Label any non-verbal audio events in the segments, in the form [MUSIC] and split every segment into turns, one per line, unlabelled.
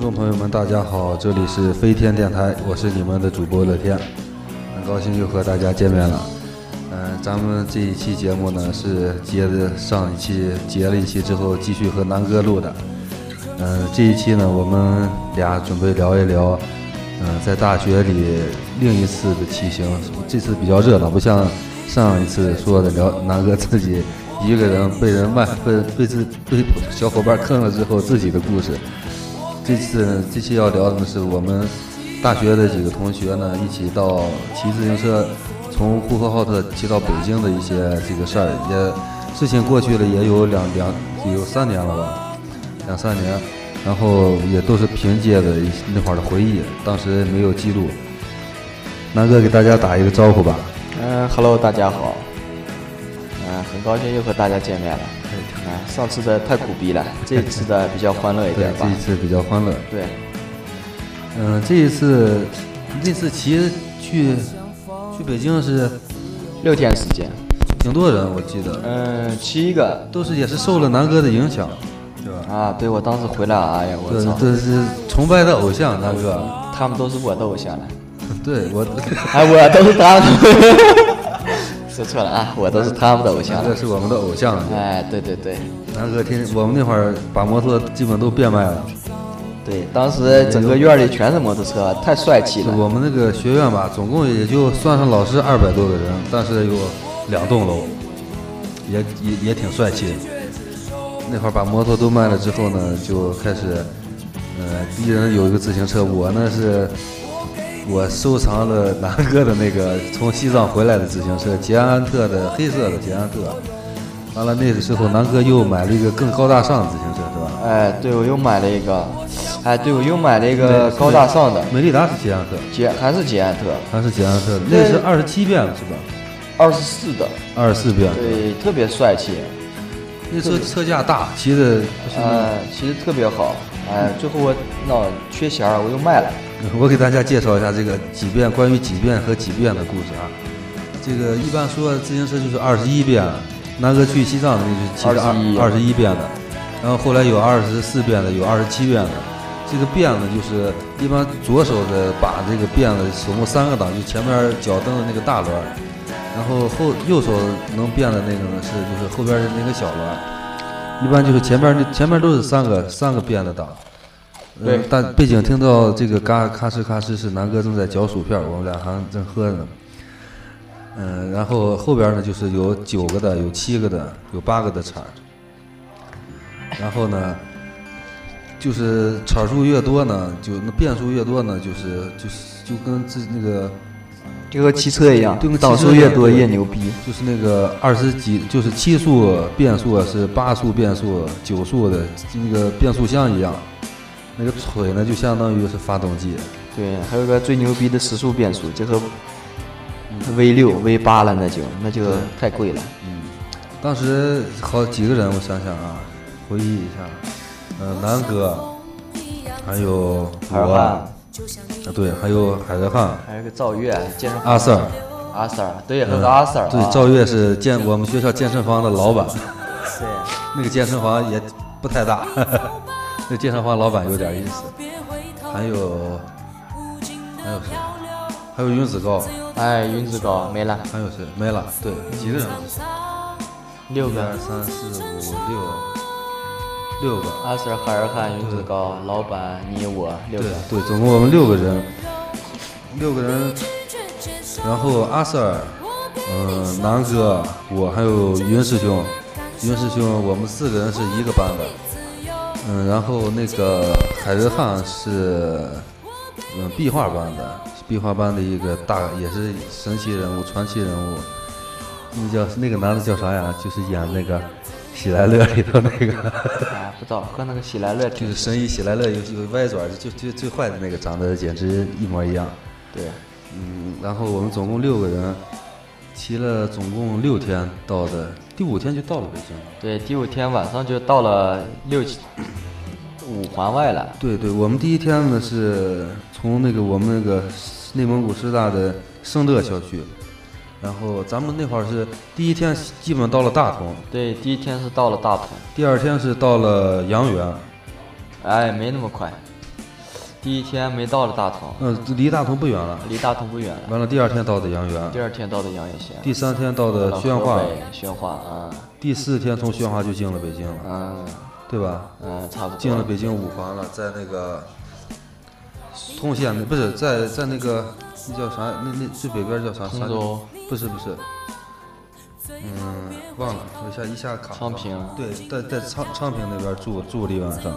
众朋友们，大家好，这里是飞天电台，我是你们的主播乐天，很高兴又和大家见面了。嗯、咱们这一期节目呢是接着上一期结了一期之后，继续和南哥录的。嗯、这一期呢，我们俩准备聊一聊，嗯、在大学里另一次的骑行，这次比较热闹，不像上一次说的聊南哥自己一个人被人卖被被自被小伙伴坑了之后自己的故事。这次呢这期要聊的是我们大学的几个同学呢，一起到骑自行车从呼和浩特骑到北京的一些这个事儿，也事情过去了也有两两也有三年了吧，两三年，然后也都是凭借着一那会儿的回忆，当时没有记录。南哥给大家打一个招呼吧。
嗯，Hello，大家好。嗯，很高兴又和大家见面了。嗯，上次的太苦逼了，这一次的比较欢乐一
[LAUGHS] 对
点，
这
吧
一。次比较欢乐。
对，
嗯，这一次那次骑去去北京是
六天时间。
挺多人，我记得。
嗯，七个。
都是也是受了南哥的影响，对吧？
啊，对，我当时回来，哎呀，我
对
操，，
这是崇拜的偶像南哥， [LAUGHS]
他们都是我的偶像了。
对我，
哎，我都是他们的。 [LAUGHS] 说错了啊， [LAUGHS] 我都是他们的偶像
[LAUGHS] 南
了
哥。是我们的偶像。
哎，对对对，
南哥天，我们那会儿把摩托基本都变卖了，
对，当时整个院里全是摩托车，太帅气
就
了。
我们那个学院吧，总共也就算上老师二百多个人，但是有两栋楼，也也也挺帅气的。那会儿把摩托都卖了之后呢，就开始，呃，一人有一个自行车，我呢是，我收藏了南哥的那个从西藏回来的自行车，捷安特的黑色的捷安特。完了那个时候，南哥又买了一个更高大上的自行车，是吧？
哎，对，我又买了一个，哎，对，我又买了一个高大上的，
美利达是捷安特，
捷还是捷安特，
还是捷安特的？那是二十七变的是吧？
二十四的，
二十四变。
对，特别帅气，
那车车架大，骑的，
呃，其实特别好，哎，最后我闹缺弦儿，我又卖了，
我给大家介绍一下这个几变关于几变和几变的故事啊。这个一般说自行车就是二十一变，南哥去西藏的那是骑着
21
二二十一变的，然后后来有二十四变的，有二十七变的。这个变呢，就是一般左手的把这个变的手握三个档，就前面脚蹬的那个大轮儿，然后后右手能变的那个呢是就是后边的那个小轮儿，一般就是前面那前面都是三个三个变的档。
对
嗯，但背景听到这个嘎咔哧咔哧是南哥正在嚼薯片儿，我们俩还正喝着呢。嗯，然后后边呢就是有九个的，有七个的，有八个的铲儿。然后呢，就是铲儿数越多呢，就那变数越多呢，就是就是就跟自那个
就和骑车一样
对跟，骑
档
车
数
一
越
样
多
对
越牛逼，
就是那个二十几，就是七速变速啊是八速变速，九速的那个变速箱一样。那个腿呢，就相当于是发动机。
对，还有个最牛逼的时速变速，就和 V 六、V 八了，那就那就太贵了，
当时好几个人，我想想啊，回忆一下，呃，南哥，还有
还有
我，
哈
啊，对，还有海德汉、
还有个赵月健身
阿
房
Sir，
阿 Sir，对，还有个阿 Sir，
对，
啊
赵月是健我们学校健身房的老板，
对，
那个健身房也不太 [LAUGHS] 大，那健身房老板有点意思，还有还有谁？还有云子高，
哎，云子高没了，
还有谁？没了，对，几个人？
六
一
个
二。三四五六，六个。
阿 Sir、海尔汉、云子高、老板、你我六
对
个，
对，总共我们六个人，六个人，然后阿 Sir，嗯、南哥，我还有云师兄，云师兄，我们四个人是一个班的，嗯，然后那个海德汉是嗯壁画班的，壁画班的一个大也是神奇人物、传奇人物，那叫那个男的叫啥呀？就是演那个《喜来乐》里头那个。
啊，不知道和那个喜来乐
就
挺
是神医喜来乐有有歪转，就就最坏的那个长得简直一模一样。
对，
嗯，然后我们总共六个人，骑了总共六天到的，第五天就到了北京。
对，第五天晚上就到了六七五环外了，
对对，我们第一天呢是从那个我们那个内蒙古师大的圣乐校区，然后咱们那会儿是第一天基本到了大同，
对，第一天是到了大同，
第二天是到了阳原，
哎，没那么快，第一天没到的大同，
嗯，离大同不远了。
离大同不远了。
完了，第二天到的阳
第
原，
二天到的杨野县，
第三天到
到
的
了
宣化
河，北宣化啊，
第四天从宣化就进了北京了，
嗯
对吧？
嗯，差不
进了
多。
北京五环了，在那个通县的不是在在那个那叫啥？那那最北边叫啥？
通
啥地
州
不是不是，嗯，忘了，我一下一下卡。
昌平
对，在在昌昌平那边住住了一晚上，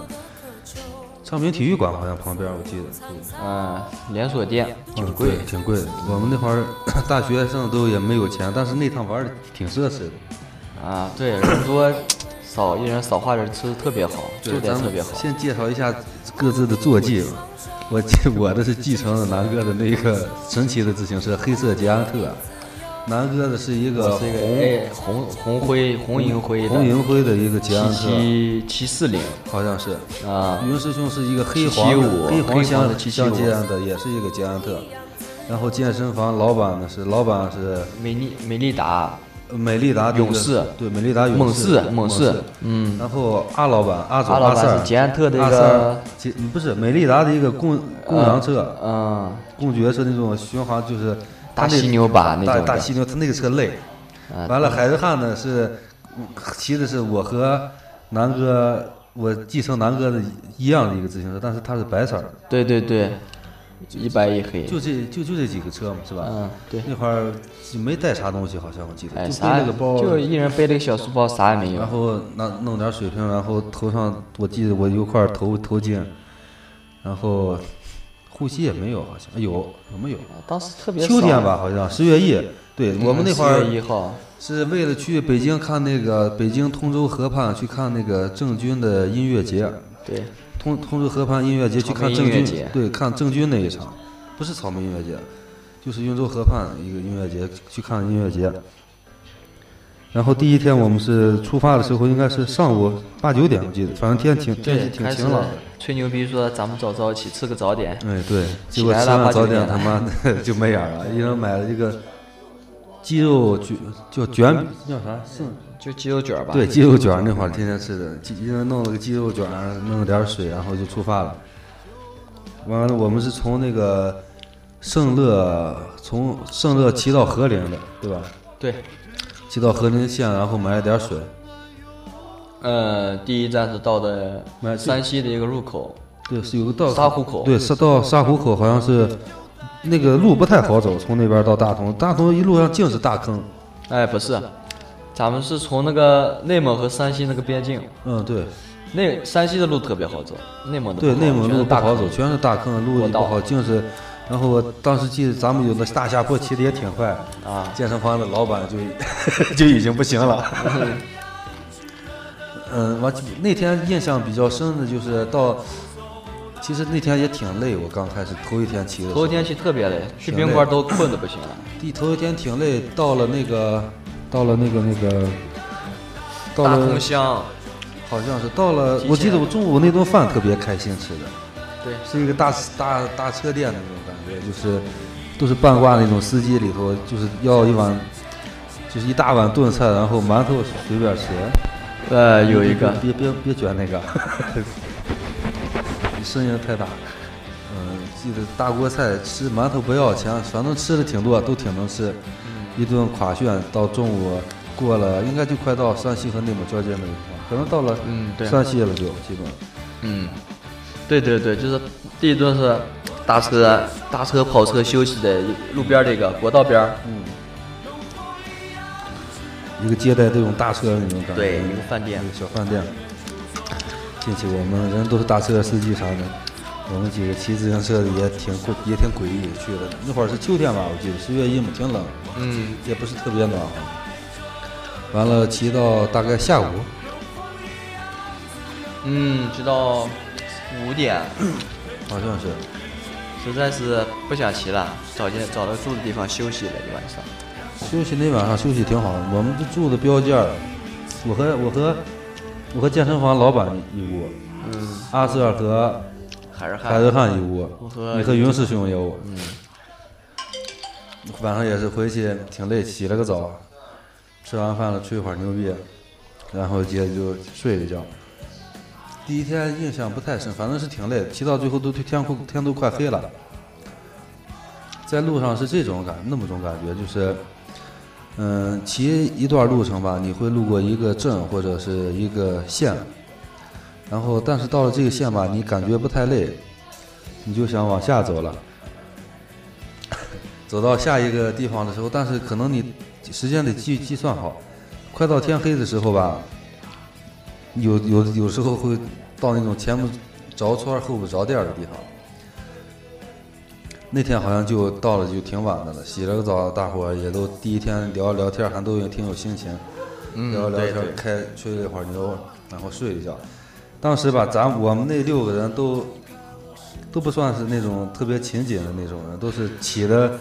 昌平体育馆好像旁边，我记得住的。
嗯，连锁店挺
嗯
贵
对，挺贵的。我们那会儿 [COUGHS] 大学生都也没有钱，但是那趟玩的挺奢侈的。
啊，对，人多，扫一人扫花人吃的特别好，
对
住的也
咱
特
们
别好。
先介绍一下各自的坐骑吧。我记我的是继承了南哥的那个神奇的自行车，黑色捷安特。南哥的是一个
这个
红
哎红红灰红银灰的
红银灰的一个捷安特，
七七七四零
好像是。
啊，
云师兄是一个黑黄的
775
黑黄
黑黄
相
的775
相捷安特，也是一个捷安特。然后健身房老板呢是老板是
美利美利达
美利达这个
勇士
对美利达勇
猛士
猛
猛士
嗯，然后阿老板阿总
阿老板
阿 Sir，
是捷安特的一个
阿 Sir，捷不是美利达的一个共共享车，
嗯
公爵车那种巡航就是它
大
那
犀牛吧那
大
种的啊
大犀牛，他那个车累。完了，海日汉呢是骑的是我和南哥，我继承南哥的一样的一个自行车，但是它是白色儿的，
对对对，一白一黑，
就这就就这几个车嘛，是吧？
嗯对
那会儿没带啥东西，好像我记得，
哎
就背
啥
了个包，
就一人背了个小书包，啥也
[LAUGHS]
没有
然。后拿弄点水瓶，然后头上我记得我有块头头巾，然后护膝也没有，好像有哎有没有？
当时特别
秋
少
天，吧，好像十月一，对我们那会
4月一
儿
号
是为了去北京看那个北京通州河畔去看那个郑钧的音乐节，
对
通通州河畔音乐节去看郑
草莓音乐
钧
节，
对，看郑钧那一场，不是草莓音乐节，就是云州河畔一个音乐节去看音乐节。然后第一天我们是出发的时候，应该是上午八九点，我记得，反正天挺天气
对，
挺
开始
晴朗的。
吹牛逼说咱们早早起吃个早点，
哎，对，结
起
果
来
吃
了
完
八
早
九
点
点
他妈的 [LAUGHS] 就没影儿了，一人买了一个鸡肉卷，叫卷饼叫啥？剩
就鸡肉卷儿吧。
对，鸡肉卷儿那会儿天天吃的，鸡一人弄了个鸡肉卷儿，弄了点儿水，然后就出发了。完了，我们是从那个圣乐，从圣乐骑到和林的，对吧？
对，
骑到和林县，然后买了点儿水，
呃，第一站是到的
买
山西的一个入口，
对，是有个道
沙湖口
对，是到沙湖口，好像是那个路不太好走，从那边儿到大同，大同一路上尽是大坑。嗯
哎，不是，咱们是从那个内蒙和山西那个边境，
嗯，对，
内山西的路特别好走，内蒙的
对，
不好
内蒙
全
路
是
不
大
好
坑
走，全是大坑，路也不
国道
好，尽是。然后我当时记得咱们有的大下坡骑的也挺快，
啊。
健身房的老板就 [LAUGHS] 就已经不行了。嗯，完那天印象比较深的就是到，其实那天也挺累，我刚开始头一天骑的时
头
候
一，天去特别累，去
挺累
宾馆都困的不行了。
第头一天挺累，到了那个，到了那个那个， [LAUGHS] 到
大
了
同乡，
好像是到了
提，前
我记得我中午那顿饭特别开心吃的，
对，
是一个大大大车店那种感觉，就是都是半挂那种司机里头，就是要一碗，就是一大碗炖菜，然后馒头随便吃。
呃，有一个
别别别卷那个， [LAUGHS] 你声音太大。嗯，记得大锅菜吃馒头不要钱，反正吃的挺多，都挺能吃。
嗯
一顿垮炫到中午过了，应该就快到山西和内蒙交界那一块，可能到了
嗯对
山西了就基本。
嗯，对对对，就是第一顿是搭车搭车跑车休息的路边这个国道边儿，
嗯一个接待这种大车的那种感觉，
对一个饭店
一个小饭店。进去，我们人都是大车司机啥的，我们几个骑自行车的也挺诡也挺诡异去的。那会儿是秋天吧，我记得十月一嘛，挺冷，
嗯，
也不是特别暖和。完了，骑到大概下午，
嗯，直到五点，
好像是，
实在是不想骑了，找间找了住的地方休息了一晚上。
休息那晚上休息挺好，我们就住的标间儿，我和我和我和健身房老板一屋，
嗯，
阿 Sir 和
海日
海
汉
德汉一屋
我，和
你和云师兄一屋。嗯，晚上也是回去挺累，洗了个澡，吃完饭了吹会儿牛逼，然后接着就睡一觉。第一天印象不太深，反正是挺累的，骑到最后都天快天都快黑了。在路上是这种感那么种感觉，就是，嗯，骑一段路程吧，你会路过一个镇或者是一个县，然后但是到了这个县吧，你感觉不太累，你就想往下走了。走到下一个地方的时候，但是可能你时间得计计算好，快到天黑的时候吧，有有有时候会到那种前不着村儿后不着店儿的地方。那天好像就到了，就挺晚的了。洗了个澡，大伙儿也都第一天聊一聊天儿，还都挺有心情，
嗯
聊一聊天儿，开吹了一会儿牛，然后睡一觉。当时吧，咱我们那六个人都都不算是那种特别勤谨的那种人，都是起的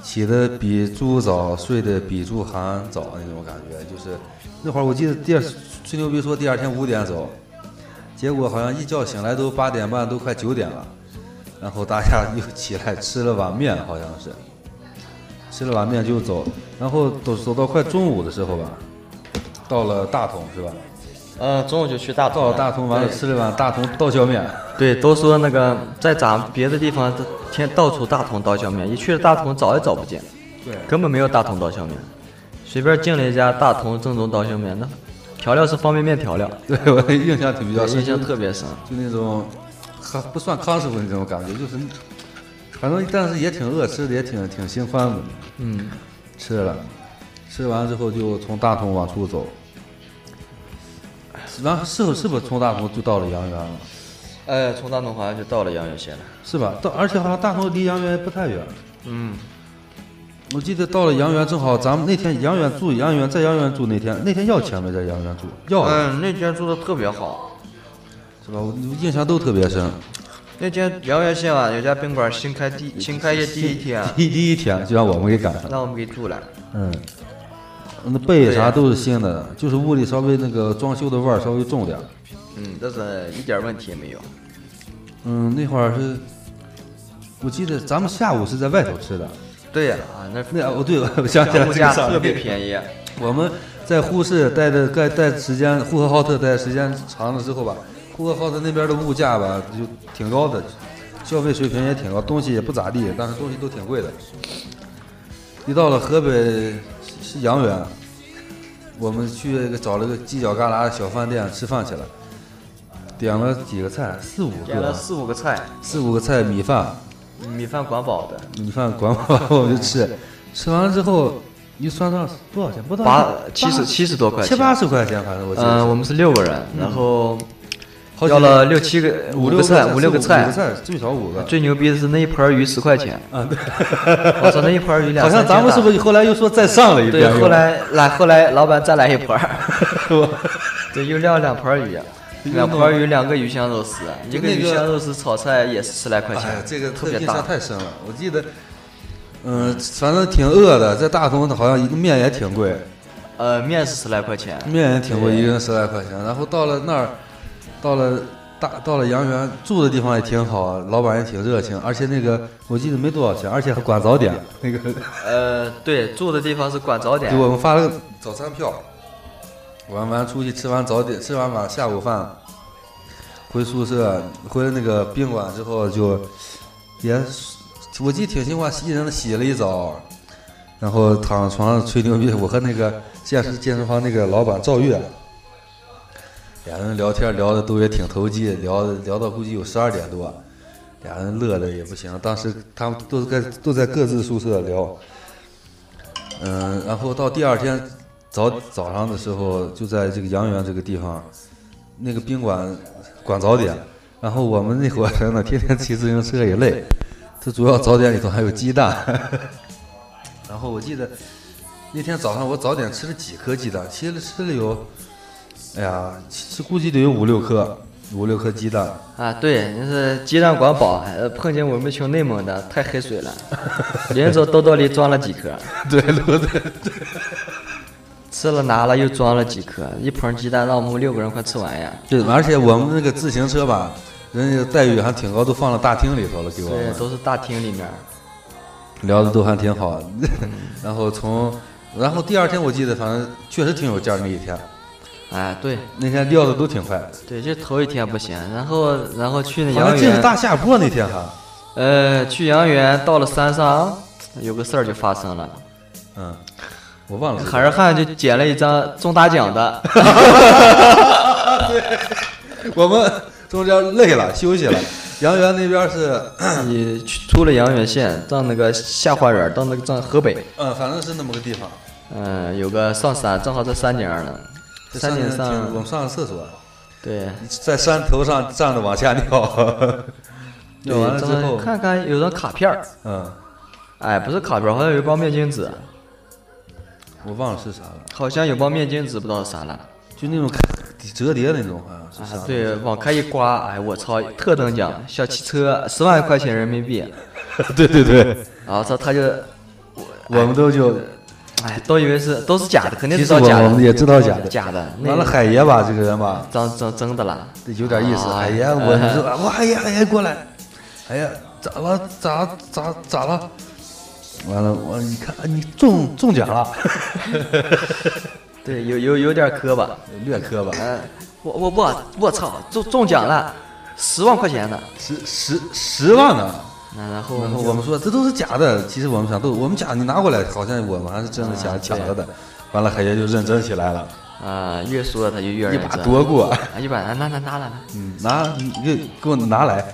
起的比猪早，睡的比猪还早那种感觉。就是那会儿我记得第二吹牛逼说第二天五点走，结果好像一觉醒来都八点半，都快九点了。然后大家又起来吃了碗面，好像是吃了碗面就走，然后走走到快中午的时候吧，到了大同是吧？
嗯，中午就去大同
到
了。
了大同完了吃了碗大同刀削面。 [LAUGHS]
对，都说那个在咱别的地方，天到处大同刀削面，一去了大同找也找不见，
对
根本没有大同刀削面，随便进了一家大同正宗刀削面，那调料是方便面调料，
对我印象挺比较深，
印象特别深。
就那种康不算康师傅那种感觉，就是反正但是也挺饿，吃的也挺挺心欢的。
嗯，
吃了，吃完之后就从大同往出走，然后是不是不是从大同就到了杨园了？
呃，从大同好像就到了杨柳县了。
是吧？到而且好像大同离杨园也不太远。
嗯，
我记得到了杨园，正好咱们那天杨园住杨园，在杨园住那天，那天要钱没在杨园住？要了，
嗯，那间住的特别好，
是吧？我印象都特别深。
那间杨柳县啊有家宾馆新开第新开业第一天，啊
第第一天就让我们给赶上了。
让我们给住了。
嗯，那被啥都是新的，就是屋里稍微那个装修的味儿稍微重点儿。
嗯，但是一点问题也没有。
嗯，那会儿是，我记得咱们下午是在外头吃的。
对呀、啊，那
那哦，对，我想起来
物
这
价
个事
特
儿。
别便宜。啊
我们在呼市待的待待时间，呼和浩特待时间长了之后吧，呼和浩特那边的物价吧就挺高的，消费水平也挺高，东西也不咋地，但是东西都挺贵的。一到了河北是阳原，我们去那个找了个犄角旮旯的小饭店吃饭去了，点了几个菜，四五
点
个
了
吧，
四五个菜，
四五个菜米饭，
米饭管饱的，
米饭管饱，我们就吃，吃完了之后一算算多少钱？不到
八七十七十多块
七
钱。
八十块钱，反正我记得
嗯，
是。
我们是六个人，然后
好几
要了六七个
五
个菜，
五
五六
个
个
菜，四。五
菜
个最少五个。
最牛逼的是那一盘鱼十块钱，
啊，对，
[LAUGHS] 我操，那一盘鱼两
好像
三
咱们
斤
是
大
不是后来又说再上了一遍
对
又？，
后来来后来老板再来一盘儿， [LAUGHS]
我
对，又撂两盘
[LAUGHS]
鱼，啊两盘鱼两个鱼香肉丝，啊一个
那
鱼
个
香肉丝炒菜也是十来块
哎
钱
呀，，这个
特
印
别
象
大。
太深了。我记得，嗯，反正挺饿的，在大同好像一个面也挺贵，
呃，面是十来块钱，
面也挺贵，一个人十来块钱。然后到了那儿，到了大到了阳原住的地方也挺好，老板也挺热情，而且那个我记得没多少钱，而且还管早点，那个
呃，对，住的地方是管早点
给，我们发了个早餐票，玩完出去吃完早点，吃完晚下午饭，回宿舍，回那个宾馆之后就也，我记得挺喜欢，一人洗了一澡，然后躺床上吹牛逼。我和那个健身健身房那个老板赵月，俩人聊天聊的都也挺投机，聊的聊到估计有十二点多，俩人乐的也不行。当时他们都在都在各自宿舍聊。嗯，然后到第二天早早上的时候，就在这个阳原这个地方，那个宾馆管早点，然后我们那伙人呢，天天骑自行车也累，这主要早点里头还有鸡蛋， [LAUGHS] 然后我记得那天早上我早点吃了几颗鸡蛋，吃了吃了有，哎呀，吃估计得有五六颗，五六颗鸡蛋，
啊，对，那是鸡蛋管饱，呃碰见我们群内蒙的，太黑水 [LAUGHS] 了，临走兜兜里装了几颗， [LAUGHS]
对，对对对，
吃了拿了又装了几颗，一盆鸡蛋让我们六个人快吃完呀。
对，而且我们那个自行车吧，人家待遇还挺高，都放到大厅里头了，给我们
对，。都是大厅里面，
聊的 [LAUGHS] 都还挺好。然后从，然后第二天我记得，反正确实挺有劲儿那一天。
哎，对
那天掉的都挺快，
对，就头一天不行，然后然后去那
好像
阳
进了
原，
大下坡那天还，
呃，去阳原到了山上，有个事儿就发生了。
嗯，我忘了。
海尔汉就捡了一张中大奖 [LAUGHS] 的，
我们中间累了，休息了。杨园那边是，
你去出了阳原县，到那个下花园，到那个上河北，
嗯，反正是那么个地方。
嗯，有个上山，正好在山顶上呢，
这
山顶
山挺我
上，
们上个厕所，
对，
在山头上站着往下 [LAUGHS] 尿，
对
尿完了之
正好
后，
看看有张卡片儿，
嗯，
哎，不是卡片儿，好像有一包面巾纸，
我忘了是啥了，
好像有包面巾纸，不知道是啥了。
就那种折叠那种，好像是啥
啊，。对，往开一刮，哎，我操，特等奖，小汽车，十万块钱人民币，
对对对，
然后他他就，
我们都就
哎，都以为是都是假的，肯定
其
知
实
道
我
假的，
我们也知道假的
假的，那
完了，海爷吧，这个人吧，
真真真的啦，
有点意思。
啊
海爷，我你说，我海爷，海爷哎过来，哎呀，咋了？咋咋咋了？完了，我你看你中中奖了，
对，有有有点磕巴，
略磕吧。
嗯，我我我我操，中中奖了，十万块钱呢，
十十十万呢、
那然后
然后我们说这都是假的，其实我们想都我们假，你拿过来，好像我们还是真的想抢着的。完了，海爷就认真起来了，
啊，越说他就越
一
认
把
真，
夺过，
啊，一把拿拿拿拿来，
嗯，拿你给给我拿来。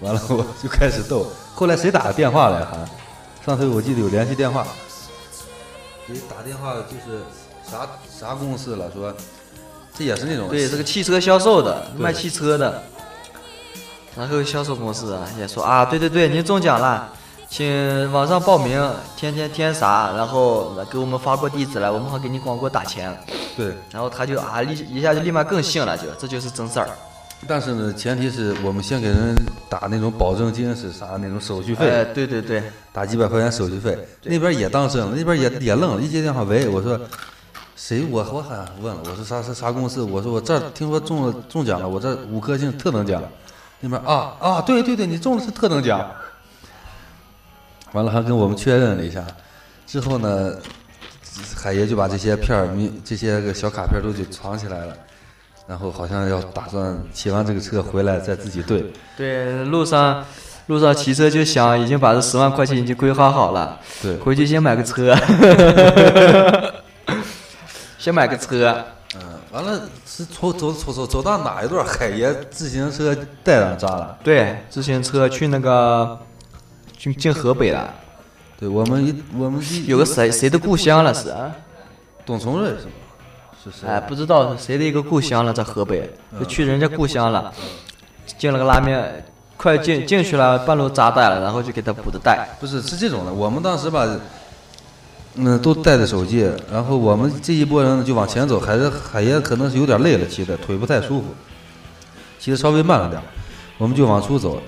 完了，我就开始逗。后来谁打的电话来还？上回我记得有联系电话，谁打电话就是啥啥公司了，说这也是那种
对，这个汽车销售的，
对
卖汽车的，然后销售公司啊也说啊，对对对，您中奖了，请网上报名，天天天啥，然后给我们发过地址来，我们好给你广告打钱。
对，
然后他就啊，立一下就立马更信了，就这就是真事儿。
但是呢，前提是我们先给人打那种保证金是啥那种手续费。
哎，对对对，
打几百块钱手续费，那边也当真了，那边也也愣了，一接电话喂，我说谁我我喊问了，我说啥啥啥公司，我说我这儿听说中了中奖了，我这五颗星特等奖，那边啊啊对对对，你中的是特等奖，完了还跟我们确认了一下，之后呢，海爷就把这些片儿、密这些个小卡片都给藏起来了。然后好像要打算骑完这个车回来再自己兑，
对，路上路上骑车就想，已经把这十万块钱已经规划好了，
对，
回去先买个车， [LAUGHS] 先买个车。
嗯，完了是走走走走走到哪一段，海爷自行车带上扎了。
对，自行车去那个去进河北了，
对我们一我们一
有个谁谁的故乡了是？
董存瑞是吗？是谁？
哎，不知道是谁的一个故乡了，在河北，就去人家故乡了，进了个拉面，快进进去了，半路扎带了，然后就给他补的带。
不是是这种的，我们当时吧，嗯，都带着手机，然后我们这一波人呢就往前走，海爷海爷可能是有点累了，骑的腿不太舒服，骑的稍微慢了点儿，我们就往出走。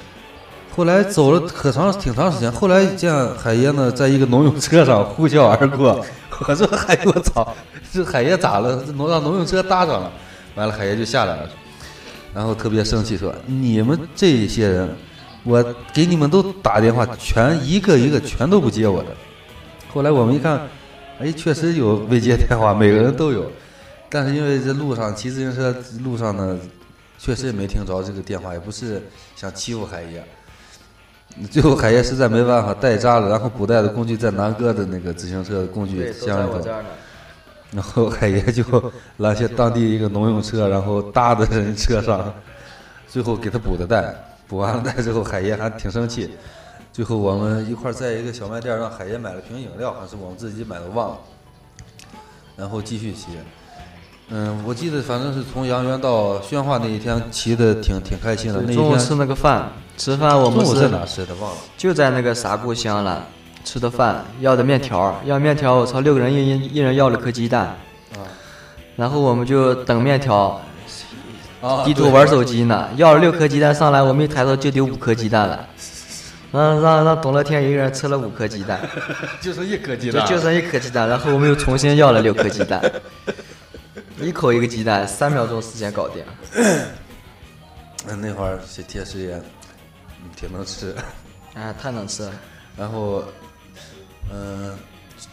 后来走了可长挺长时间，后来见海爷呢，在一个农用车上呼啸而过。我说：“海爷，我操，这海爷咋了？这农让农用车搭上了。”完了，海爷就下来了，然后特别生气说：“你们这些人，我给你们都打电话，全一个一个全都不接我的。”后来我们一看，哎，确实有未接电话，每个人都有。但是因为这路上骑自行车路上呢，确实也没听着这个电话，也不是想欺负海爷。最后海爷实在没办法带扎了，然后补带的工具在南哥的那个自行车工具箱里头，
儿呢。
然后 [LAUGHS] 海爷就拦下当地一个农用车，然后搭在人车上，最后给他补的带，补完了带之后，海爷还挺生气。最后我们一块儿在一个小卖店儿让海爷买了瓶饮料，还是我们自己买的，忘了。然后继续骑，嗯，我记得反正是从阳原到宣化那一天骑的挺挺开心的。那一
中午
天
吃那个饭，吃饭我
中
们
午在
是
哪吃的忘了。
就在那个啥故乡了，吃的饭，要的面条儿，要面条儿，我操，六个人一人一人要了颗鸡蛋，然后我们就等面条，
啊
低头玩手机呢，要了六颗鸡蛋上来，我们一抬头就丢五颗鸡蛋了，让让让董乐天一个人吃了五颗鸡蛋，
就剩一颗鸡
就就剩一颗鸡蛋，然后我们又重新要了六颗鸡蛋， [LAUGHS] 一口一个鸡蛋，三秒钟时间搞定。
嗯，那会儿是铁石也嗯挺能吃。
哎啊，太能吃了！
然后，嗯、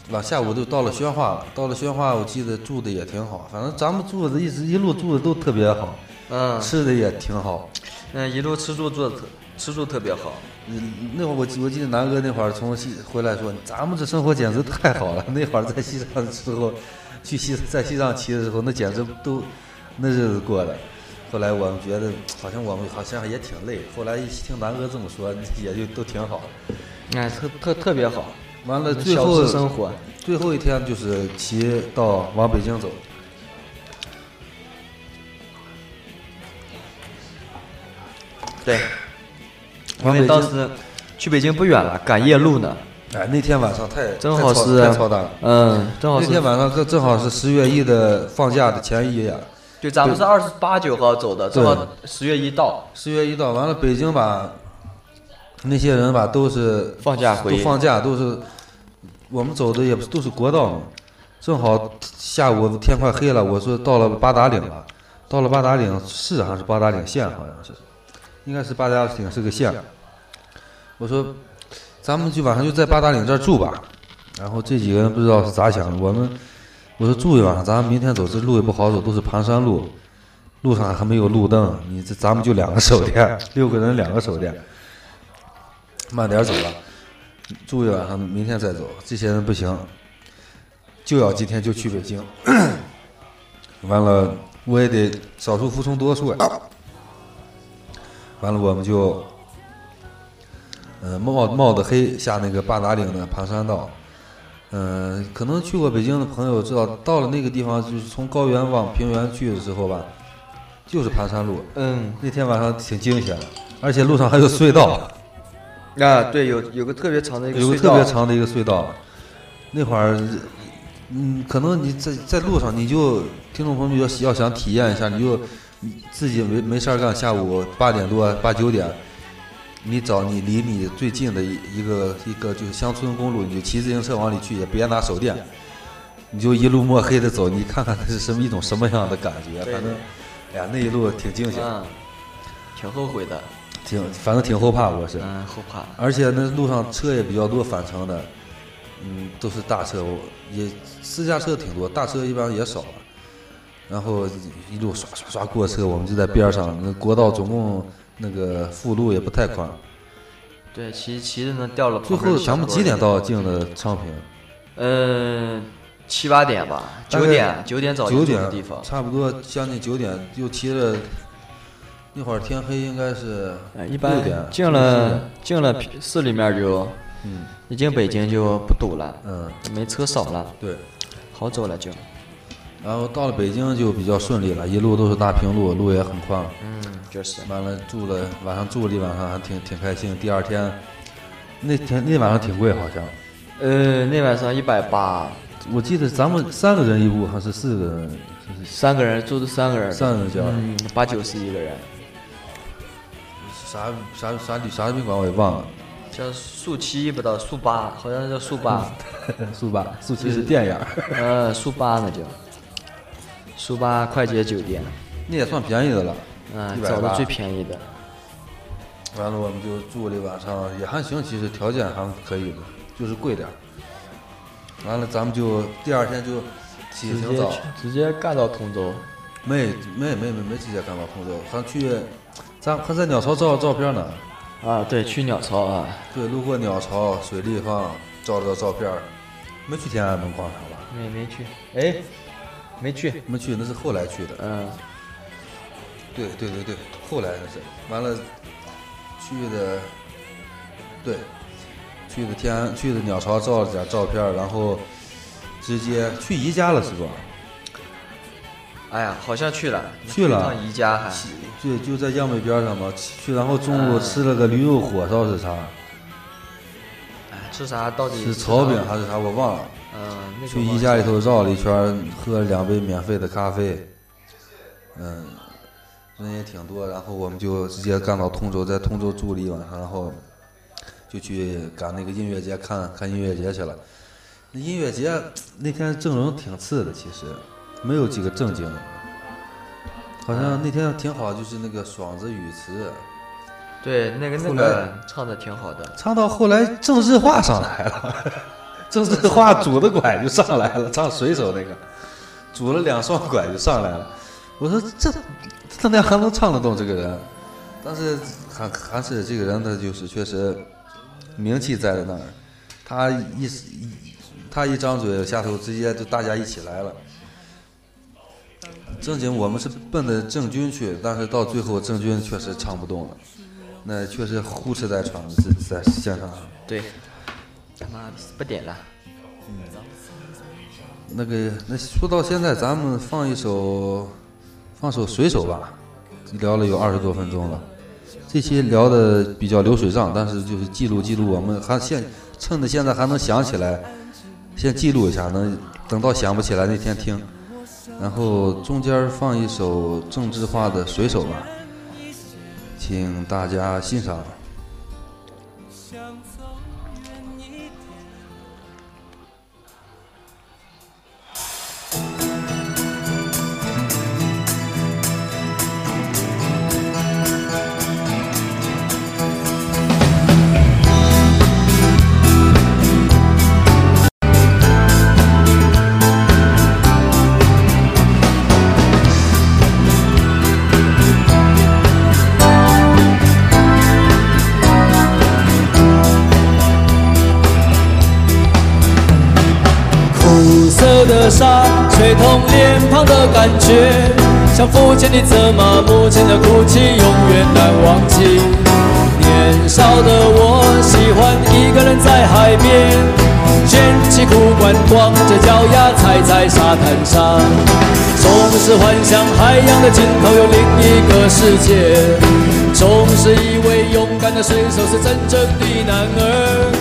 往下午就到了宣化了，到了宣化，我记得住的也挺好，反正咱们住的一直一路住的都特别好，
嗯，
吃的也挺好。
嗯，一路吃住做得特吃住特别好，
嗯那会儿我记我记得南哥那会儿从西回来说，咱们这生活简直太好了。那会儿在西藏的时候，去西在西藏骑的时候，那简直都那日子过的。后来我们觉得好像我们好像也挺累，后来一听南哥这么说，也就都挺好。
哎，特特特别好，
完了，
嗯
最
小
后
资生活，
最后一天就是骑到往北京走。
对，因
往北
为
京
当时去北京不远了，赶夜路呢，
哎，那天晚上太
正
太
好
操
是
太操蛋了。
嗯，正好
那
是
天晚上正正好是十月一的放假的前一夜。啊
对，咱们是二十八九号走的，正好十月一到，
十月一到，完了北京吧，那些人吧都是
放假回
都放假都是，我们走的也不是都是国道嘛，正好下午天快黑了，我说到了八达岭了，到了八达岭市还是八达岭县好像是，应该是八达岭是个县，我说咱们就晚上就在八达岭这儿住吧，然后这几个人不知道是咋想的，我们我说住一晚上，咱们明天走这路也不好走，都是盘山路，路上还没有路灯，你这咱们就两个手电， [LAUGHS] 六个人两个手电，慢点走吧，住一晚上，明天再走。这些人不行，就要今天就去北京。 [COUGHS] 完了，我也得少数服从多数呀。 [COUGHS] 完了，我们就，呃，冒冒着黑下那个八达岭的盘山道。嗯、可能去过北京的朋友知道，到了那个地方，就是从高原往平原去的时候吧，就是盘山路。
嗯，
那天晚上挺惊险的，而且路上还有隧道。
啊，对，有 [LAUGHS] 有个特别长的一个
有个
隧
特
道，
别长的一个隧道，那会儿，嗯，可能你在在路上，你就听众朋友要要想体验一下，你就你自己没没事儿干，下午八点多八九点，你找你离你最近的一一个一个就是乡村公路，你就骑自行车往里去，也别拿手电，你就一路摸黑的走，你看看它是什么一种什么样的感觉，
对
反正，哎呀，那一路挺惊险，
嗯，挺后悔的，
挺反正挺后怕，我是。
嗯，后怕，
而且那路上车也比较多，返程的，嗯，都是大车，我也私家车挺多，大车一般也少了。然后一路刷刷刷过车，我们就在边上。那国道总共那个辅路也不太宽。
对，骑骑着呢掉了，
最后咱们几点？到境的昌平？
嗯，七八点吧，
大
九
概
点九点早就
九
走的
点
地方，
差不多将近九点，又骑着。那会儿天黑应该是
哎
六
一般
点，
进了进了市里面就，
嗯
一进北京就不堵了，
嗯，
没车少了，
对。
好走了就，
然后到了北京就比较顺利了，一路都是大平路，路也很宽。
嗯，就是，
完了住了晚上住了一晚上，还挺挺开心。第二天，那天那晚上挺贵，好像
呃，那晚上一百八，
我记得咱们三个人一屋还是四个人，就是
三个人住的三个人，
三个人间儿，
嗯，八九十一个人，
啥啥啥旅啥宾馆我也忘了，
叫速七不到速八，好像叫速八，
速吧，速七是电影儿，
[LAUGHS]
嗯
呃，速八呢就，速八快捷酒店，
那也算便宜的了。
嗯，
180
找的最便宜的，
完了我们就住了一晚上，也还行，其实条件还可以的，就是贵点儿。完了咱们就第二天就起得
直
挺
接
早，
直接干到通州，
没没没没没直接赶到通州，还去，咱还在鸟巢照照片呢。
啊，对，去鸟巢啊，
对，路过鸟巢、水立方，照了照照片儿，没去天安门广场吧？
没没去，哎，没去，
没去，那是后来去的。
嗯，
对对对对，后来那是。完了，去的，对，去的天安，去的鸟巢照了点照片儿，然后直接去宜家了是吧？
哎呀，好像去了，
去了
趟宜家
啊
还，
对，就在央美边上嘛。去，然后中午吃了个驴肉火烧是啥？
哎吃啥到底
是炒饼
啥，
还是啥？我忘了。
嗯，那个
去
忘
宜
了
家里头绕了一圈儿，喝了两杯免费的咖啡，嗯，人也挺多。然后我们就直接干到通州，在通州住了一晚上，然后就去赶那个音乐节看看音乐节去了。那音乐节那天阵容挺次的，其实没有几个正经的。好像那天挺好，就是那个爽子语词，
对，那个那
后
个唱的挺好的，
唱到后来政治化上来了，郑智化拄着拐就上来了，唱水手那个，拄了两双拐就上来了。我说这这那还能唱得动这个人？但是还还是这个人，他就是确实名气在那儿。他一一他一张嘴，下头直接就大家一起来了。正经我们是奔着郑钧去，但是到最后郑钧确实唱不动了，那确实呼哧带喘的在现场。
对，他妈的不点了。
那个，那说到现在，咱们放一首，放首《水手》吧，聊了有二十多分钟了。这期聊的比较流水账，但是就是记录记录，我们还现趁着现在还能想起来，先记录一下，能等到想不起来那天听。然后中间放一首郑智化的《水手》吧，请大家欣赏。
苦涩的沙吹痛脸庞的感觉，像父亲的责骂，母亲的哭泣，永远难忘记。年少的我喜欢一个人在海边，卷起裤管，光着脚丫踩在沙滩上，总是幻想海洋的尽头有另一个世界，总是以为勇敢的水手是真正的男儿。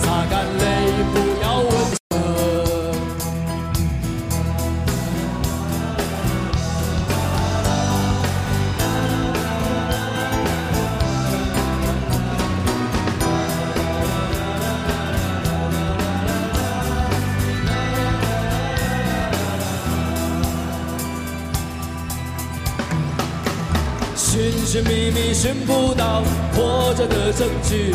擦干泪，不要问。寻寻觅觅寻不到活着的证据，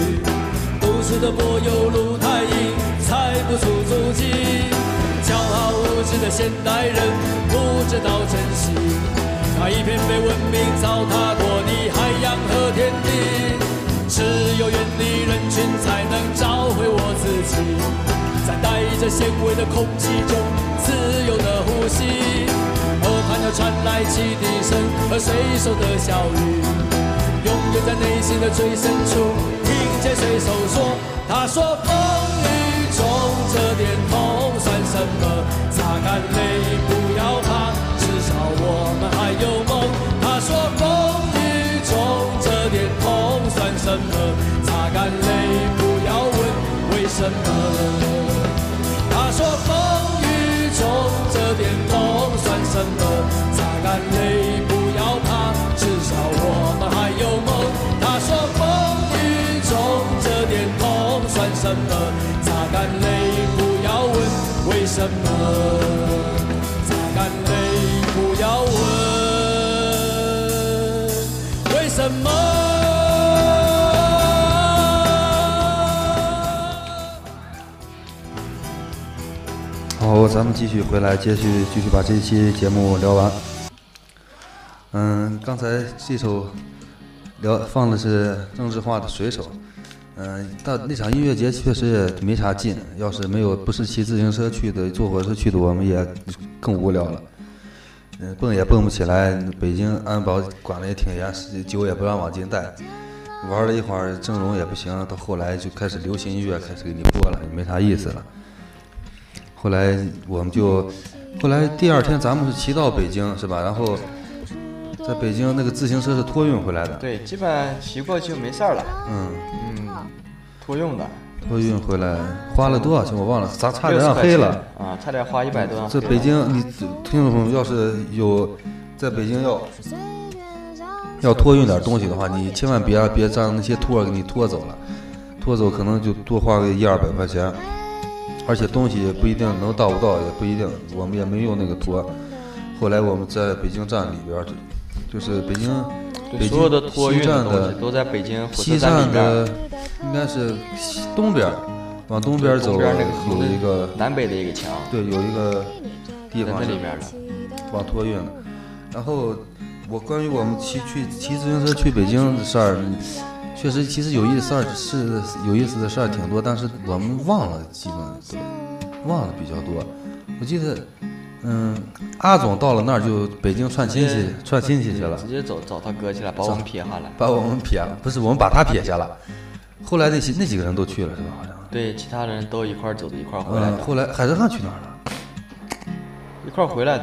都市的柏油路太硬，踩不出足迹。骄傲无知的现代人不知道珍惜，那一片被文明糟蹋过的海洋和天地，只有远离人群才能找回我自己，在带着咸味的空气中自由的呼吸。河畔又传来汽笛声和水手的笑语，永远在内心的最深处听见水手说：“他说风雨中这点痛算什么？擦干泪，不要怕，至少我们还有梦。”他说风雨中这点痛算什么？擦干泪，不要问为什么。他说风雨中这点痛算什么？擦干泪，不要怕，至少我们还有梦。他说风雨中这点痛算什么？擦干泪，不要问为什么。擦干泪，不要问为什么。
好，咱们继续回来，接续继续把这期节目聊完。嗯，刚才这首聊放的是郑智化的《水手》。嗯，但那场音乐节确实也没啥劲。要是没有不是骑自行车去的，坐火车去的，我们也更无聊了。嗯，蹦也蹦不起来。北京安保管的也挺严，酒也不让往进带。玩了一会儿，整容也不行，到后来就开始流行音乐开始给你播了，也没啥意思了。后来我们就，后来第二天咱们是骑到北京是吧？然后在北京那个自行车是托运回来的，
对，基本骑过就没事儿了。
嗯，
嗯，托用的，
托运回来花了多少钱我忘了，咱差点
60
让
块
黑
钱
了。
啊，差点花一百多让
这
黑
北
了
京，你听众朋友要是有在北京要要托运点东西的话，你千万别让别让那些托儿给你拖走了，拖走可能就多花个一二百块钱，而且东西也不一定能到不到，也不一定，我们也没用那个托。后来我们在北京站里边儿，就就是北京
对
北京
所有的托运
西站
东
的
西都在北京火
西
车站
站
里边
的
儿，
应该是西东边儿，往东边儿走
东边儿那个
有一个
南北的一个墙，
对有一个地
在
方
那
是
里面的。
往托运了。然后我关于我们骑去骑自行车去北京的事儿，确实其实有意思事儿是有意思的事儿挺多，但是我们忘了基本都忘了比较多。我记得，嗯，阿总到了那儿就北京串亲戚串亲戚去了
直，接走找他哥去了，把我们撇下来。
把我们撇了，不是我们把他撇下了。后来那些那几个人都去了是吧？好像，
对，其他人都一块儿走的，一块儿回来
嗯，
的，
后来海德汉去哪儿了？
一块儿回来哦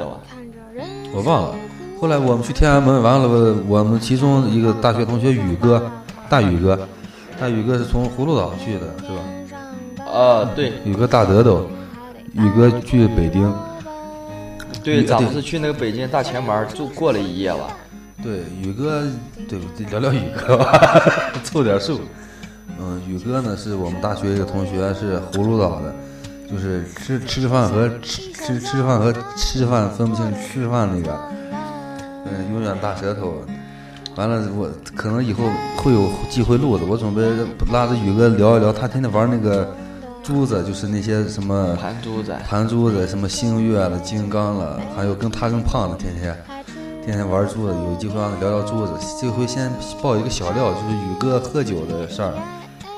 都。
我忘了。后来我们去天安门，完了我们其中一个大学同学宇哥，大宇哥，大宇哥是从葫芦岛去的，是吧？
啊，对
宇哥大德斗，宇哥去北京，
对，
你
咱们
对
是去那个北京大前门儿住过了一夜吧。
对，宇哥，对，聊聊宇哥吧， [LAUGHS] 凑点数。嗯，宇哥呢是我们大学一个同学，是葫芦岛的，就是吃吃饭和吃吃吃饭和吃饭分不清吃饭那个，嗯，永远大舌头。完了，我可能以后会有机会录的，我准备拉着宇哥聊一聊，他天天玩那个珠子，就是那些什么
盘珠子，
盘珠子，什么星月了、金刚了，还有跟他跟胖子天天天天玩珠子，有机会让他聊聊珠子。这回先爆一个小料，就是宇哥喝酒的事儿。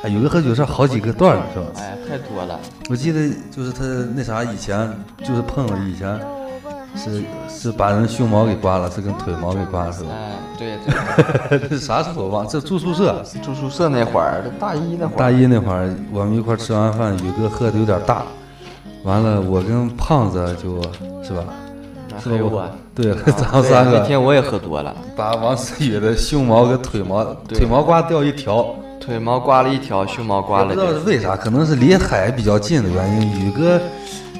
哎，宇哥喝酒事儿好几个段儿了，是吧？
哎，太多了。
我记得就是他那啥，以前就是碰了，以前是是把人胸毛给刮了，是跟腿毛给刮了，是吧？ [LAUGHS]
哎，对对， [LAUGHS]
这啥时候忘？这住宿舍，
住宿舍那会儿，大一那会儿，
大一那会儿，我们一块儿吃完饭，宇哥喝的有点大，完了我跟胖子就是吧，
啊
是
还
吧？
有
我
我
对，咱们
对
三
那
个
天我也喝多了，
把王思雨的胸毛跟腿毛
对
腿毛刮掉一条，
腿毛刮了一条，胸毛刮
也不
了一
知道是
条。
为啥，可能是离海比较近的原因。宇哥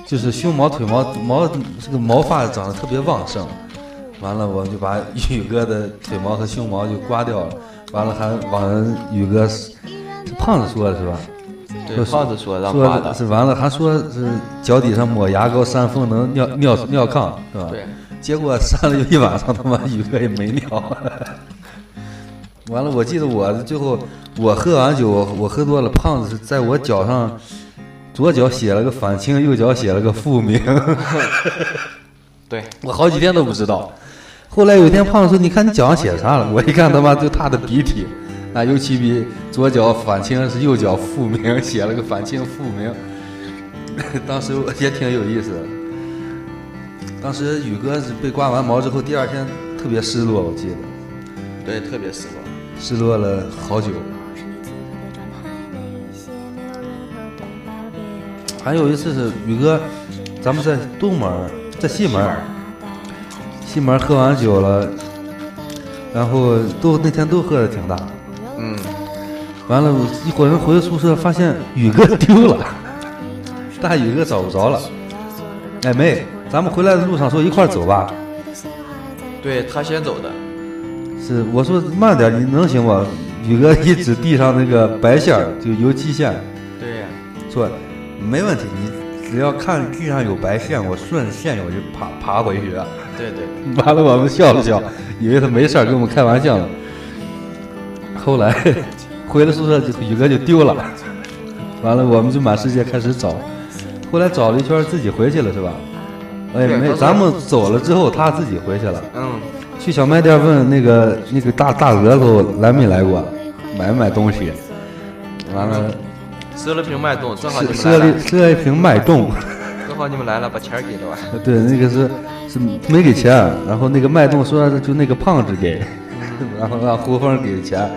就是胸毛、腿毛毛这个毛发长得特别旺盛，完了我们就把宇哥的腿毛和胸毛就刮掉了，完了还往人宇哥是是胖子说的是吧？
对，胖子说让刮
说
的，
是完了，还说是脚底上抹牙膏扇风能尿尿尿炕，是吧？
对。
结果扇了一晚上，他 [LAUGHS] 妈宇哥也没尿。完了，我记得我最后我喝完酒，我喝多了，胖子是在我脚上左脚写了个反清，右脚写了个复明，
对，
我好几天都不知道。后来有一天，胖子说：“你看你脚上写啥了？”我一看，他妈就他的笔体，啊，尤其比左脚反清是右脚复明，写了个反清复明。 [LAUGHS] 当时我也挺有意思的。当时宇哥是被刮完毛之后，第二天特别失落，我记得
对，特别失落。
失落了好久。还有一次是宇哥，咱们在东门儿，在西门儿，西门儿喝完酒了，然后都那天都喝的挺大，
嗯，
完了一伙人回宿舍发现宇哥丢了，大宇哥找不着了。哎妹，咱们回来的路上说一块儿走吧，
对他先走的，
是我说慢点，你能行吗？宇哥一指地上那个白线儿，就油漆线，
对呀、
说没问题，你只要看地上有白线，我顺着线我就爬爬回去。啊
对对，
[LAUGHS] 完了，我们笑了笑，以为他没事儿，跟我们开玩笑呢。后来回了宿舍，就宇哥就丢了。完了，我们就满世界开始找。后来找了一圈，自己回去了是吧？哎，
对
没，
他
咱们走了之后，他自己回去了。
嗯，
去小卖店问那个那个大大额头来没来过，买没买东西？完了，
折了瓶脉动，正好你
是
们来
啊是了
了，
是了一瓶脉动，
正好你们来了，把钱儿给了吧。
[LAUGHS] 对，那个是是没给钱，然后那个脉动说就那个胖子给， [LAUGHS] 然后让胡峰给钱。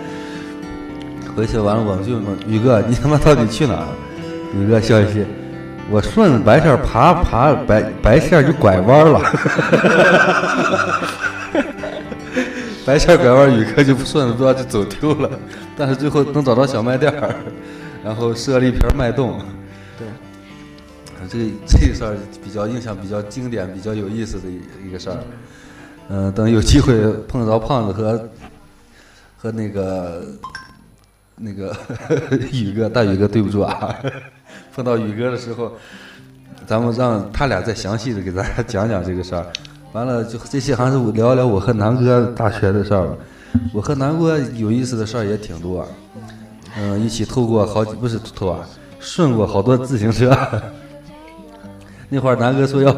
回去完了，我们就问宇哥，你他妈到底去哪儿？宇哥笑嘻嘻，我顺着白线儿爬爬白白线儿就拐弯儿了。 [LAUGHS] 白线拐弯，宇哥就不顺着不知道就走丢了，但是最后能找到小卖店儿，然后设了一瓶脉动。对，啊这这事儿比较印象比较经典、比较有意思的一一个事儿。嗯、等有机会碰着胖子和和那个那个宇哥，大宇哥，对不住啊， [LAUGHS] 碰到宇哥的时候，咱们让他俩再详细的给大家讲讲这个事儿。完了，就这些还是我聊一聊我和南哥大学的事儿吧。我和南哥有意思的事儿也挺多，嗯，一起偷过好几不是偷啊，顺过好多自行车。那会儿南哥说要，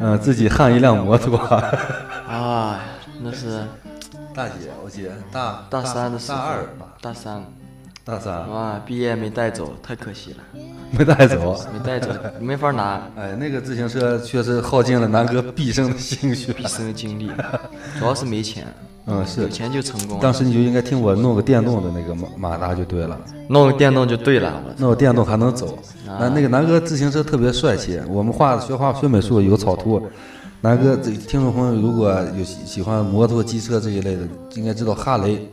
嗯、自己焊一辆摩托。
啊，那是
[LAUGHS] 大姐，我姐大
大三的时哦候，
大二吧，
大三，
大三
哇，毕业没带走，太可惜了，
没带走。啊
没带走，没法拿，
[LAUGHS] 哎，那个自行车确实耗尽了南哥毕生的心血。
毕生的
[LAUGHS]
精力，主要是没钱，
嗯，是
有，钱就成功了，
当时你就应该听我弄个电动的那个马马达就对了，
弄个电动就对了，啊我
弄个电动还能走。那那个南哥自行车特别帅气，我们画学画学美术有草图。南哥，这听众朋友如果有喜喜欢摩托、机车这一类的，应该知道哈雷，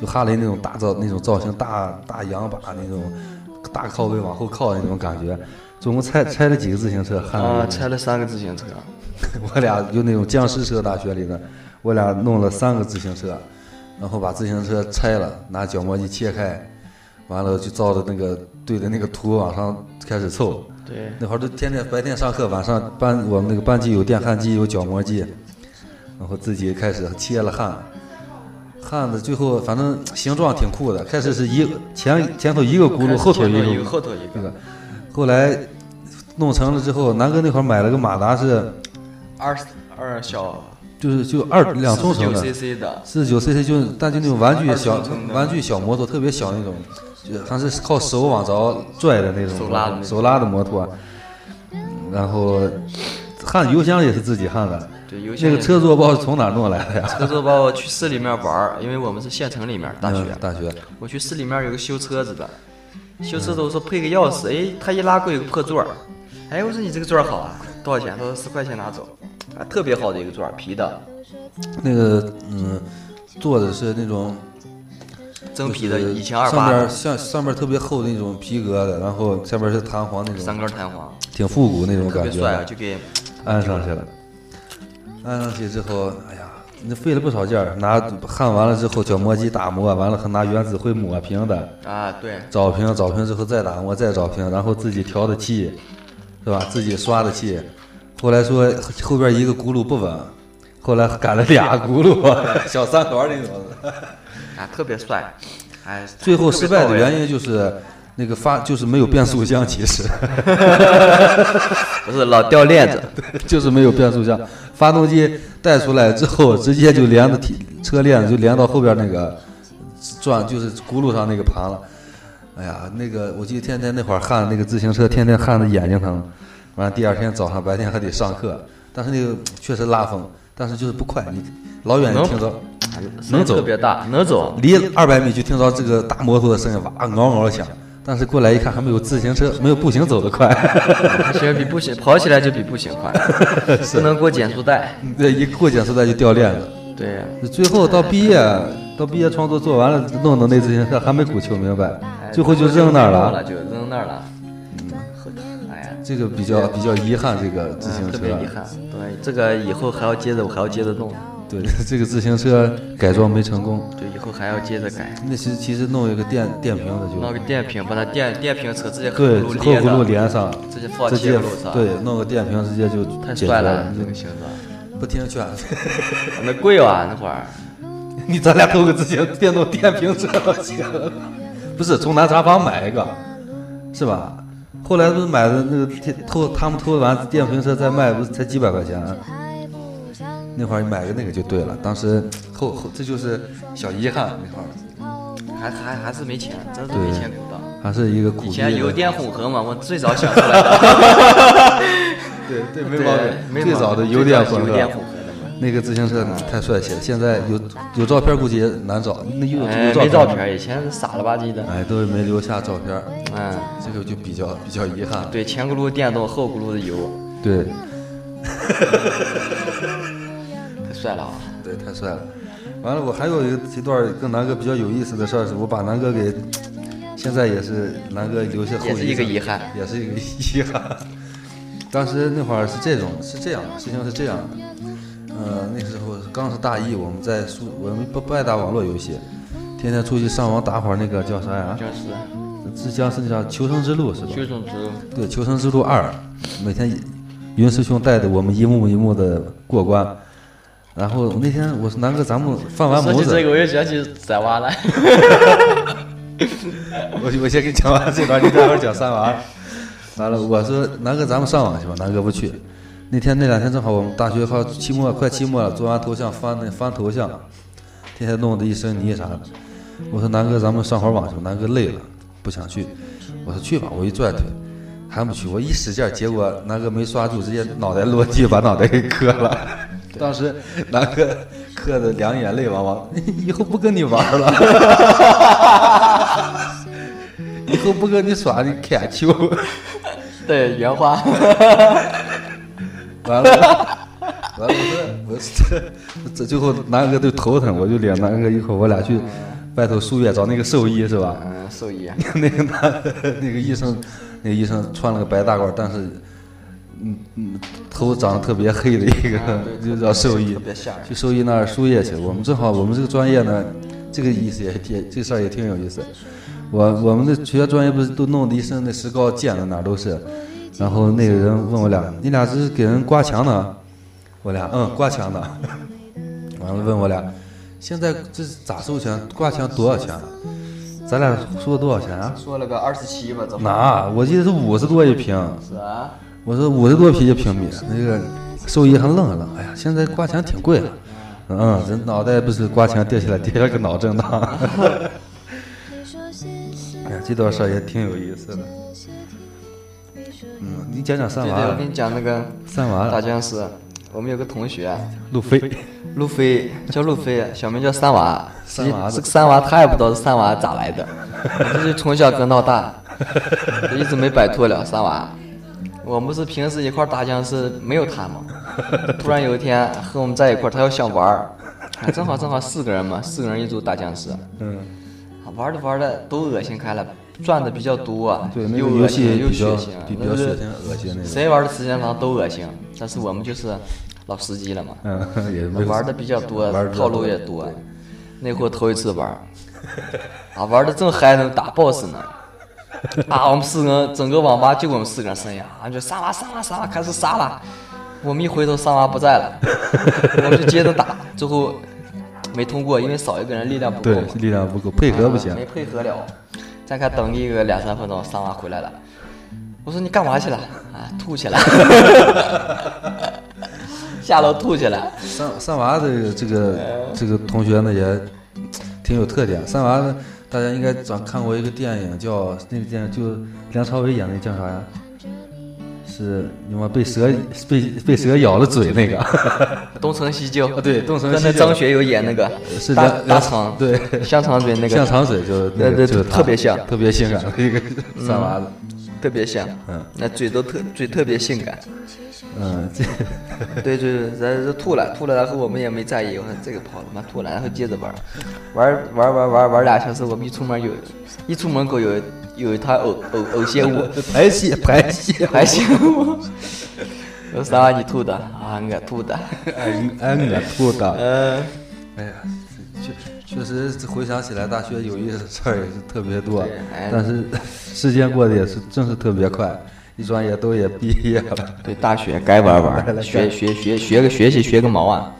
就哈雷那种大造那种造型，大大羊把那种大靠背往后靠的那种感觉。总共拆拆了几个自行车？哈雷
啊，拆了三个自行车，
[LAUGHS] 我俩就啊那种僵尸车，啊大学里的，我俩弄了三个自行车，然后把自行车拆了，拿角磨机切开，完了就照着那个对着那个图往上开始凑。
对，
那会儿都天天白天上课，晚上班我们那个班级有电焊机，有角磨机，然后自己开始切了焊，焊的最后反正形状挺酷的。开始是一个前前头一个轱辘，后头一
一
个
个，后头一
那
个，
个，后来弄成了之后，南哥那会儿买了个马达是。
二二小嗯
就是就二两冲程
九
的，
cc 的，
四十九 cc 就是
嗯
但就那种玩具小玩具小摩托，特别小那种，就还是靠手往着拽的那种
手拉的那种
手拉的摩托。啊然后焊油箱也是自己焊的，
对，有
那
些
个车座包是从哪儿弄来的呀？
车座把我去市里面玩儿，因为我们是县城里面大学啊
嗯，大学，
我去市里面有个修车子的，修车子我说配个钥匙，哎，他一拉过有个破座儿，哎，我说你这个座儿好啊，多少钱？他说十块钱拿走，啊，特别好的一个座儿，皮的，
那个嗯，坐的是那种
真皮的，
就是
以前二
上
八
边
的，
像上面特别厚的那种皮革的，然后下边是弹簧那
三
种，
根弹簧，
挺复古那种
特
感
别
觉
帅
的
啊，。就给
安上去了。安上去之后，哎呀，那费了不少劲儿，拿焊完了之后，角磨机打磨，完了还拿原子灰抹平的，
啊，对，
找平，找平之后再打磨，再找平，然后自己调的漆，是吧？自己刷的漆。后来说后边一个轱辘不稳，后来改了俩轱辘， [LAUGHS] 小三轮那种的。
啊，特别帅，哎，
最后失败的
因
原因就是那个发，就是没有变速箱，其实。
不是老掉链子，
[LAUGHS] 就是没有变速箱，发动机带出来之后，直接就连着体车链就连到后边那个转，就是轱辘上那个盘了。哎呀，那个我记得天天那会儿焊那个自行车，天天焊的眼睛疼。完了第二天早上白天还得上课，但是那个确实拉风，但是就是不快，你老远就听着，能走
特别大，能走，
离二百米就听着这个大摩托的声音，哇嗷嗷响。但是过来一看，还没有自行车，没有步行走得快。 [LAUGHS]
其实比步行跑起来就比步行快，不能过减速带，
这一过减速带就掉链子。
对呀、
最后到毕业，到毕业创作做完了，弄弄那自行车还没鼓球明白，最后就扔那儿了。
哎就扔那儿了。嗯，哎呀，
这个比较比较遗憾，这个自行
嗯特
车，
别遗憾。对，这个以后还要接着，我还要接着弄。
对 [LAUGHS] 这个自行车改装没成功。
对，以后还要接着改，
那是其实弄一个电电瓶的
弄
就
个电瓶，把它电电瓶车直接
对
轱
后轱辘
连
连上，
直接放
直
接
接
轱辘上。，
对弄个电瓶直接就
太
解
帅
决
了，这
你
个形状。
不听劝，
那贵啊，那会儿
你咱俩弄个自行电动电瓶车行，不是从南茶坊买一个，是吧？后来不是买的那个电偷他们偷完电瓶车再卖，不是才几百块钱、啊那会儿买个那个就对了，当时后后这就是小遗憾那会儿，
还还还是没钱，真是没钱留的。
还是一个苦
以
逼的。
前邮电混合嘛，我最早想出来的，
对对没
对
毛病，
没
最
毛
早的
病
邮
最
电
早
混
邮
合
电混合的嗯嘛。
那个自行车太帅气了，现在有有照片估计也难找，那有
哎，
有
没照
片吗，
片，以前是傻了吧唧的。
哎，都没留下照片，
嗯，
这个就比较比较遗憾。
对，前轱辘电动，后轱辘的油，
对
太帅了啊！
对，太帅了。完了，我还有一个一段跟南哥比较有意思的事儿，是我把南哥给，现在也是南哥留下后
也是一个
遗
遗憾，
也是一个遗憾。 [LAUGHS] 当时那会儿是这种，是这样的事情是这样的，呃，那时候刚是大一，我们在宿，我们不不爱打网络游戏，天天出去上网打会儿那个叫啥呀？
就是
浙江是叫《求生之路》是吧？
邱种之
对，《求生之路二》，每天云师兄带着我们一幕一幕的过关。然后那天我说南哥，咱们放完
说
模
起这
子，
个，我又想起三娃了。
我我先给你讲完这段，你待会儿讲三娃。完了，我说南哥，咱们上网去吧，南哥不去。那天那两天正好我们大学快期末快期末了，做完头像翻那翻头像，天天弄得一身泥啥的。我说南哥，咱们上会儿网去吧。南哥累了，不想去。我说去吧，我一拽腿，还不去。我一使劲儿，结果南哥没刹住，直接脑袋落地，把脑袋给磕了。当时南哥磕的两眼泪汪 [LAUGHS] 汪，以后不跟你玩了， [LAUGHS] 以后不跟你耍你砍球。
对，
[LAUGHS]
原话。
完了，完了，我说我这这最后南哥就头疼，我就领南哥一会儿我俩去外头输液找那个兽医是吧？
嗯，兽医。
那个男那个医生，那个医生穿了个白大褂，但是，嗯嗯，头长得特别黑的一个，就叫兽医，
啊特别吓人
去兽医那儿输液去。我们正好，我们这个专业呢，这个意思也也这事儿也挺有意思。我我们的学专业不是都弄得一身那石膏溅的哪儿都是，然后那个人问我俩，你俩这是给人刮墙呢？我俩嗯，刮墙的。完了问我俩，现在这是咋收钱？刮墙多少钱？啊咱俩说多少钱啊？
说了个二十七吧，怎么？
哪？我记得是五十多一平。
是啊，
我说五十多皮一平米，那个兽医还愣了愣。哎呀，现在刮墙挺贵的。嗯，人脑袋不是刮墙掉下
[LAUGHS]
来，跌了个脑震荡。哎呀，这段事儿也挺有意思的。嗯，你讲讲三
对对，我
娃
跟，你讲那个
三娃
大僵尸，我们有个同学，啊
路飞，
路飞叫
[LAUGHS]
路飞，小名叫三娃。
三娃子
这个三娃他也不知道这三娃咋来
[LAUGHS]
的，这就从小跟到大，就一直没摆脱了三娃。我们是平时一块儿打僵尸，没有
[LAUGHS]
他嘛。突然有一天和我们在一块儿，他要想玩儿，哎正好正好四个人嘛，四个人一组打僵尸，
嗯，
玩着玩着都恶心开了，转的比较多，啊
对，那
又
个
恶
游
心
戏
又
比
血
较
腥，啊
比比
那
较
就
血
是
腥恶心那种。
谁玩的时间长都恶心，但是我们就是老司机了嘛，
嗯，也没
玩的比较多
玩得，比较
套路也多。那会儿头一次玩儿，啊，玩的正嗨呢，打 boss
[LAUGHS]
呢。啊，我们四个人，整个网吧就我们四个人声音啊，就杀吧杀吧杀吧，开始杀吧。我们一回头，三娃不
[LAUGHS]
在了，我们就接着打，最后没通过，因为少一个人力量不够
对
嘛。，
力量不够，配合不行
没。配合了。再看等一个两三分钟，三娃回来了，我说你干嘛去了？啊，
[LAUGHS]
吐去了，下楼吐去了。
三三娃的这个这个同学呢也挺有特点。三娃呢，大家应该早看过一个电影叫，那个电影就梁朝伟演的叫啥呀？是你妈被蛇被被蛇咬了嘴那个，
东成西就，
啊对东成西就呃
跟那张学友演那个
是
大
梁
大
梁
肠，
对
[LAUGHS] 香肠 [LAUGHS] 嘴那个，
像长嘴就那
对对
个就是他
特别像嗯
特别性感的一个三娃子。
特别像，
嗯
那嘴都特嘴特别性感，
嗯，
[LAUGHS]
这
对对对，然后吐了吐了，然后我们也没在意，我说这个跑他妈吐了，然后接着玩，玩玩玩玩玩俩小时，我们一出门有，一出门口有有一摊呕呕呕血物，
[LAUGHS] 排
[LAUGHS]
泄排泄
还行。 [LAUGHS] 有啥你吐的啊？我吐的。
哎哎我吐的。
呃，
哎呀， [LAUGHS] 确确实回想起来，大学有意思的事儿也是特别多
对哎，
但是时间过得也是真是特别快，一转眼都也毕业了。
对，大学该
[LAUGHS]
玩玩，学学学学个学习学个毛啊！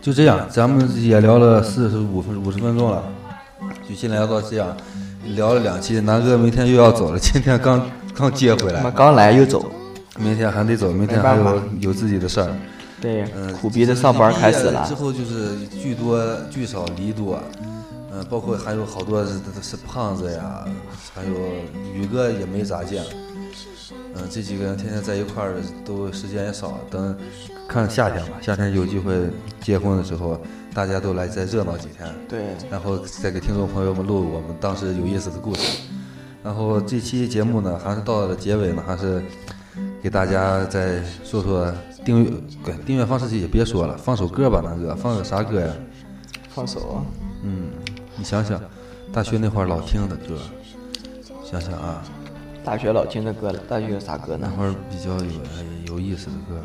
就这样，咱们也聊了四十五分五十分钟了，就先聊到这样。聊了两期，南哥明天又要走了，今天刚刚接回
他
来，
妈刚来又走，
明天还得走，明天还
没办法
有有自己的事儿。
对
嗯，，
苦逼的上班开始了
之。后就是聚多聚少离多，嗯，包括还有好多是是胖子呀，还有宇哥也没咋见，嗯，这几个人天天在一块儿都时间也少，等看夏天吧，夏天有机会结婚的时候，大家都来再热闹几天，
对，
然后再给听众朋友们录我们当时有意思的故事。然后这期节目呢，还是到了结尾呢，还是给大家再说说订阅，对订阅方式也别说了，放首歌吧，南哥，放个啥歌呀？
放手。
嗯，你想想，大学那会儿老听的歌，想想啊，
大学老听的歌了，大学有啥歌
那
呢？
会儿比较有哎有意思的歌。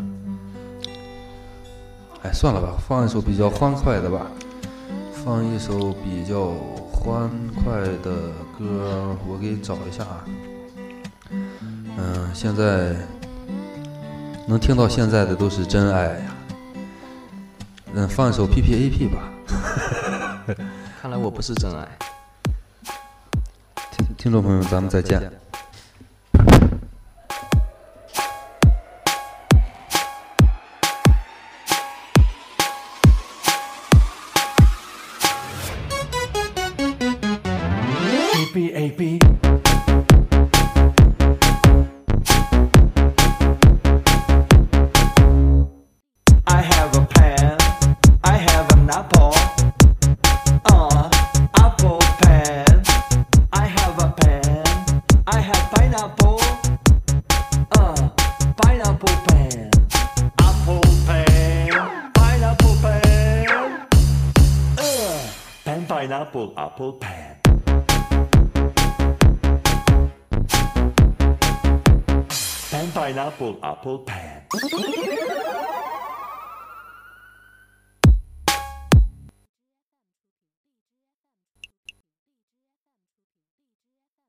哎，算了吧，放一首比较欢快的吧，放一首比较欢快的歌，我给找一下啊。嗯，现在能听到现在的都是真爱呀。嗯，放一首 P P A P 吧，
看来我不是真爱。
听听众朋友们，咱们再见。
B A B。I have a pen. I have an apple. Uh, apple pen. I have a pen. I have pineapple. Uh, pineapple pen. Apple pen. Pineapple pen. Uh, pen pineapple apple pen. Pen pineapple apple pen.